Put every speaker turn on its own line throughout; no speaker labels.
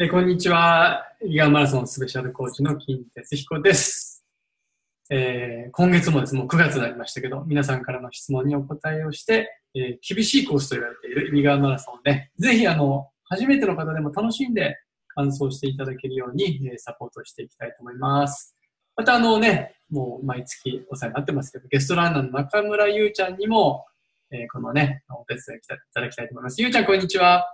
えーこんにちは。伊賀マラソンスペシャルコーチの金哲彦です。えー今月もですね、もう9月になりましたけど、皆さんからの質問にお答えをして、えー厳しいコースと言われている伊賀マラソンで、ぜひあの、初めての方でも楽しんで感想していただけるように、えーサポートしていきたいと思います。またあのね、もう毎月お世話になってますけど、ゲストランナーの中村ゆうちゃんにも、えーこのね、お手伝いいただきたいと思います。ゆうちゃん、こんにちは。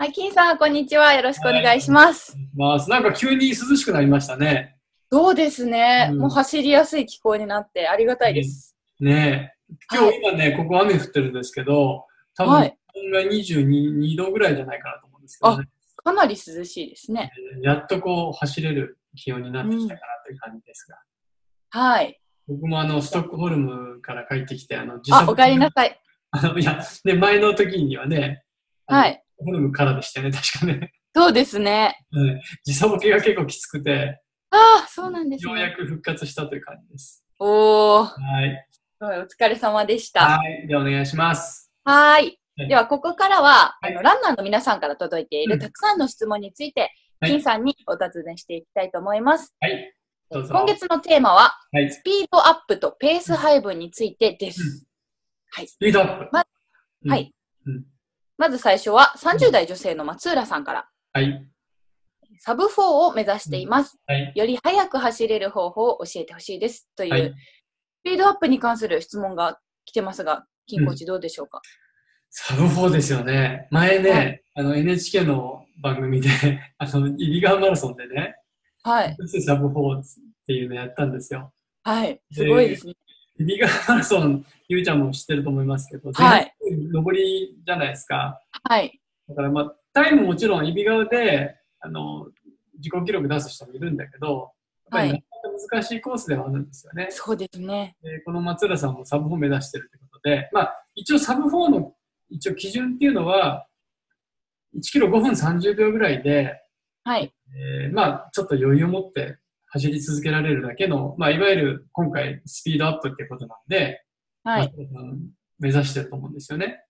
はい、金さん、こんにちは。よろしくお願いします。
まあ、なんか急に涼しくなりましたね。
そうですね、
うん
もう走りやすい気候になってありがたいです。
ねえ。今
は
日今ね、ここ雨降ってるんですけど、多
は
分
い、
気温が22 2度ぐらいじゃないかなと思うんですけどね。
かなり涼しいですね。
やっとこう、走れる気温になってきたかなという感じですが。
はい。
僕もあの、ストックホルムから帰ってきて、あの、自
あ、お帰りなさい。
あのいや、ね、前の時にはね、あの
は。い。
ホルムからでしたよね、確かね。
そうですね。
うん時差ボケが結構きつくて、
ああ、そうなんです
ようや
ね。
く復活したという感じです。
おー、す
はい。
ごいお疲れ様でした。
はい。ではお願いします。
はーい
は。い
では、ここからは、
はい
あの、ランナーの皆さんから届いていうる
ん
たくさんの質問について、
はい
金さんにお尋ねしていきたいと思います。
はい。どうぞ。
今月のテーマは、
はい。
スピードアップとペース配分についてです。
うん
はい。
リードアップ。
ま
うん
はい。
うん
まず最初は30代女性の松浦さんから、
はい。
サブ4を目指しています。
はい。
より速く走れる方法を教えてほしいです。という、
はい
スピードアップに関する質問が来てますが、金コーチどうでしょうか、
サブ4ですよね。前ね、
はい
あの NHK の番組で、 あの、イリガーマラソンでね、
はい。
サブ4っていうのやったんですよ。
はい。すごいですね。
イリガーマラソン、ゆうちゃんも知ってると思いますけど、
はい
全部上りじゃないですか。
はい。
だからまあ、タイムもちろんイリガーで、あの、自己記録出す人もいるんだけど、やっぱり
は
なかなか難しいコースではあるんですよね。
そうですね。
でこの松浦さんもサブ4目指してるということで、まあ、一応サブ4の一応基準っていうのは、1キロ5分30秒ぐらいで、
はい。
えーまあ、ちょっと余裕を持って走り続けられるだけの、まあ、いわゆる今回スピードアップっていうことなんで、
はい。
松浦さん目指してると思うんですよね。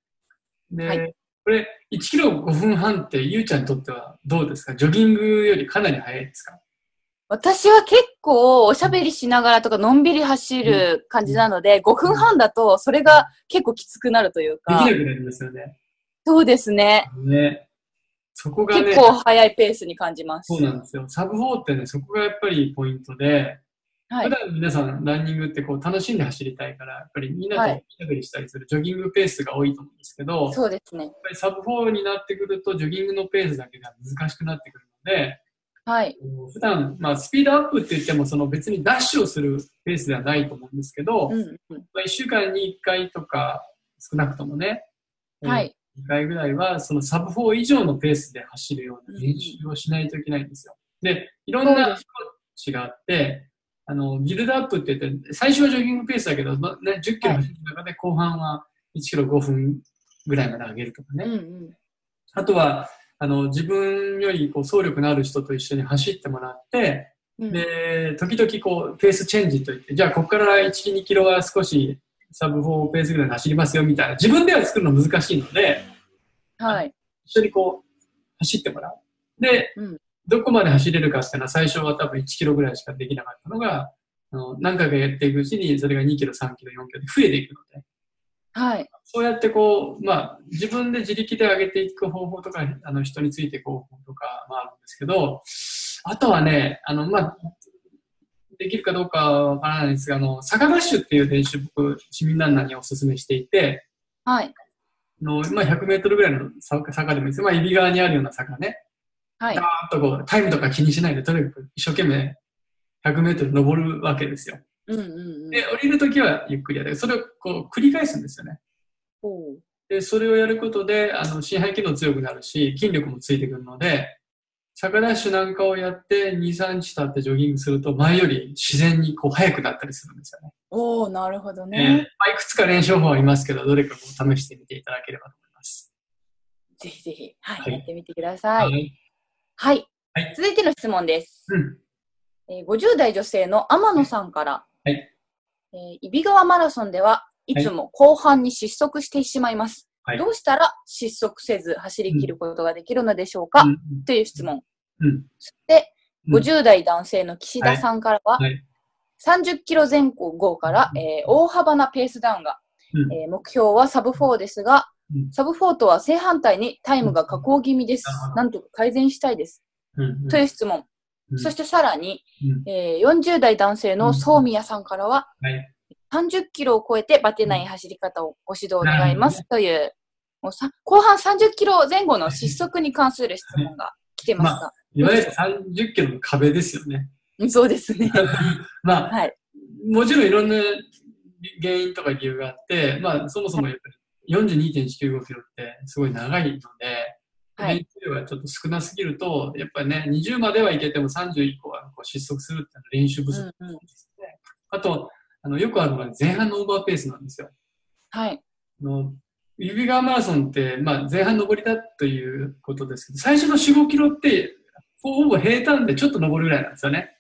で、
は
これ、1キロ5分半って、ゆうちゃんにとってはどうですかジョギングよりかなり早いですか
私は結構おしゃべりしながらとかのんびり走る感じなので、5分半だとそれが結構きつくなるという
でき
か
な、くなりますよね。
そうですね。
ね。そこがね、
結構速いペースに感じます。
そうなんですよ。サブ4ってね、そこがやっぱりポイントで、
は
普。
い
段皆さんランニングってこう楽しんで走りたいから、やっぱりみんな
は
と
い
おしゃべりしたりするジョギングペースが多いと思うんですけど、やっ
そうですね。
ぱりサブ4になってくるとジョギングのペースだけが難しくなってくるので、
はい。
こう普段、まあスピードアップって言ってもその別にダッシュをするペースではないと思うんですけど、
うんうん。
まあ、1週間に1回とか少なくともね、
は
うん
い。
2回ぐらいは、そのサブ4以上のペースで走るような練習をしないといけないんですよ。で、いろん
そう
な
で
コーチがあって、あの、ビルドアップって言って、最初はジョギングペースだけど、まね、10キロ
は
の
い
中で後半は1キロ5分ぐらいまで上げるとかね。
うんうん。
あとは、あの、自分よりこう走力のある人と一緒に走ってもらって、
うん
で、時々こう、ペースチェンジといって、じゃあ、ここから1、2キロは少しサブ4ペースぐらいで走りますよ、みたいな。自分では作るの難しいので、
はい。
一緒にこう、走ってもらう。で、
うん
どこまで走れるかっていうのは、最初は多分1キロぐらいしかできなかったのが、あの何回かやっていくうちに、それが2キロ、3キロ、4キロで増えていくので、
はい。
そうやってこう、まあ、自分で自力で上げていく方法とか、あの、人についていく方法とか、まあ、あるんですけど、あとはね、あの、まあ、できるかどうかはわからないんですが、あの、坂ダッシュっていう練習、僕、市民ランナーにお勧めしていて、
はい。
あの、まあ、100メートルぐらいの坂坂でもいいです。まあ、指側にあるような坂ね。
はい。
あとこう、タイムとか気にしないで、とにかく一生懸命100メートル登るわけですよ。
うんうんうん。
で、降りるときはゆっくりやる。それをこう、繰り返すんですよね。
ほう
で、それをやることで、あの、心肺機能強くなるし、筋力もついてくるので、坂ダッシュなんかをやって、2、3日経ってジョギングすると、前より自然にこう、速くなったりするんですよ
おおなるほど
ね。えーま
ね。
あ、いくつか練習方法ありますけど、どれかこう試してみていただければと思います。
ぜひぜひ、はい、
はい
やってみてください。
い。
はい。
はい
続いての質問です、
うん。
えー。50代女性の天野さんから、
は
えー、揖斐川マラソンではいつも後半に失速してしまいます。
はい
どうしたら失速せず走り切ることができるのでしょうか、
うん
という質問。
うん。
そして、
うん
50代男性の岸田さんからは、
はい。
30キロ前後後から、えー大幅なペースダウンが、
うん
えー目標はサブ4ですが、
うん
サブ4とは正反対にタイムが下降気味です
なるほ。ど
なんとか改善したいです。
うん。
という質問。
うん
そしてさらに、
うん
えー40代男性
う
の
ん
宗宮さんからは、
はい。
30キロを超えてバテない走り方をご指導願いま
な
すという、もうさ後半30キロ前後の失速に関する質問が来てますが、
いわゆる30キロの壁ですよね。
そうですね。
まあ、
はい。
もちろんいろんな原因とか理由があって、まあ、そもそもやっぱり42.195キロってすごい長いので、
はい
練習量がちょっと少なすぎると、やっぱりね、20まではいけても30以降はこう失速するっていうのは練習不足
うんう
で
ん
すね。あと、あのよくあるのが前半のオーバーペースなんですよ。
はい。
あの指側マラソンって、まあ、前半上りだということですけど、最初の4、5キロって、ほぼ平坦でちょっと上るぐらいなんですよね。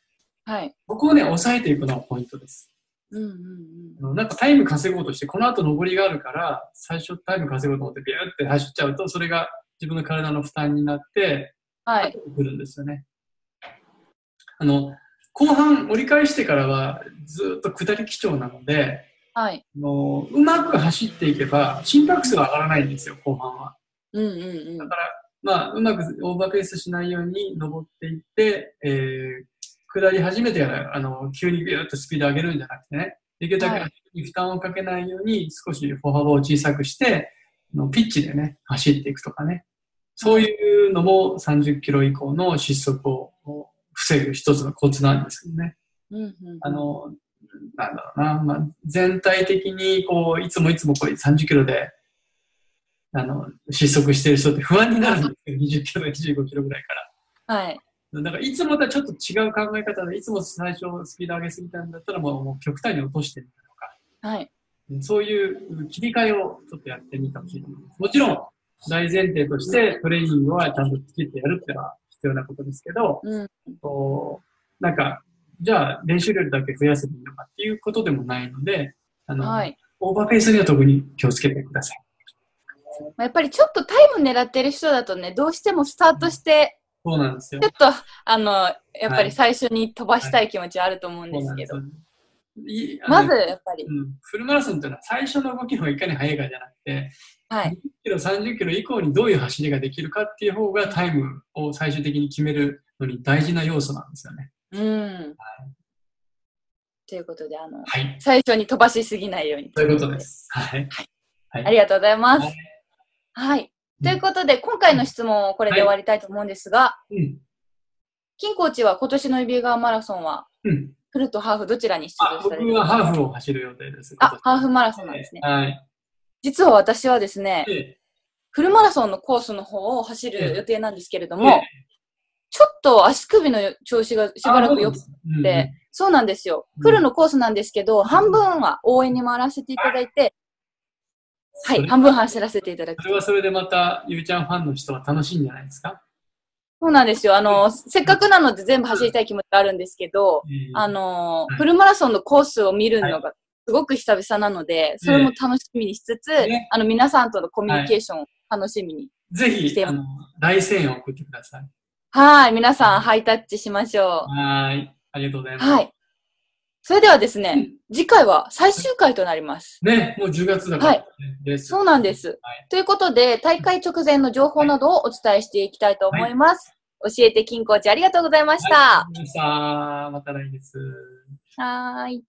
はい。
ここをね、抑えていくのがポイントです。
うんうん
あのなんかタイム稼ごうとして、この後上りがあるから、最初タイム稼ごうと思ってビューって走っちゃうと、それが自分の体の負担になって、
はい。
くるんですよね。あの、後半折り返してからはずっと下り基調なので、
はい。
あのうまく走っていけば、心拍数は上がらないんですよ、後半は。
うんうんうん。
まあ、うまくオーバーペースしないように登っていって、えー下り始めてから、あの、急にビューッとスピード上げるんじゃなくてね、できるだけ
は
負担をかけないように少し歩幅を小さくして、あのピッチでね、走っていくとかね。そういうのも30キロ以降の失速を防ぐ一つのコツなんですけどね。
うんうんうん
あの、なんだろうな、まあ、全体的に、こう、いつもいつもこう30キロで、あの、失速してる人って不安になるんですよ。20キロ、25キロぐらいから。
はい。
だから、いつもとはちょっと違う考え方で、いつも最初スピード上げすぎたんだったら、もうもう極端に落としてみたりとか、
はい。
そういう切り替えをちょっとやってみてほしいと思います。もちろん、大前提としてトレーニングはちゃんとつけてやるっていうのは必要なことですけど、
うん。
こう、なんか、じゃあ練習量だけ増やせばいいのかっていうことでもないので、あの、
はい。
オーバーペースには特に気をつけてください。
まあやっぱりちょっとタイム狙ってる人だとね、どうしてもスタートして、
そうなんですよ
ちょ。っと、あの、やっぱ
はい
り最初に飛ばしたい気持ちはあると思うん
そ
で
うな
す
ん
けど、
ですいいあの
まずやっぱり、
うん、フルマラソンというのは最初の動きをいかに速いかじゃなくて、
はい。
1キロ、30キロ以降にどういう走りができるかっていう方がタイムを最終的に決めるのに大事な要素なんですよね。
うん。ということで、あの、
はい。
最初に飛ばしすぎないように。
そういうことで。す。はい。
ありがとうございます。
は
はいい。ということで、今回の質問をこれで終わりたいと思うんですが、
うん。
金コーチは今年の指川マラソンは、
うん。
フルとハーフどちらに出
あ
場、され
僕
る
はハーフを走る予定です。
あ、ハーフマラソンなんですね。
はい。
実は私はですね、
で
フルマラソンのコースの方を走
え
る
え
予定なんですけれど
え
も、ちょっと足首の調子がしばらく良くて、そうなんですよ。
うん
フルのコースなんですけど、半分は応援に回らせていただいて、
そ
はい、
れ
半分走らせていただく
そ。れはそれでまた、ゆうちゃんファンの人は楽しいんじゃないですか、
そうなんですよ。あの、せっかくなので全部走りたい気持ちがあるんですけど、
えー
あの
はい、
フルマラソンのコースを見るのがすごく久々なので、それも楽しみにしつつ
ね、
あの、皆さんとのコミュニケーションを楽しみに。
ぜ
来
ひ、
て
あの、大声援を送ってください。
はい、皆さんハイタッチしましょ。
はーい。ありがとうございうます。
はい。それではですね、次回は最終回となります。
ね、もう10月だから、ね。
は
レース
そうなんです
はい。
ということで、大会直前の情報などをお伝えしていきたいと思います。教えて金コーチありがとうございました。
はいありがとうございました。また来月。
はーい。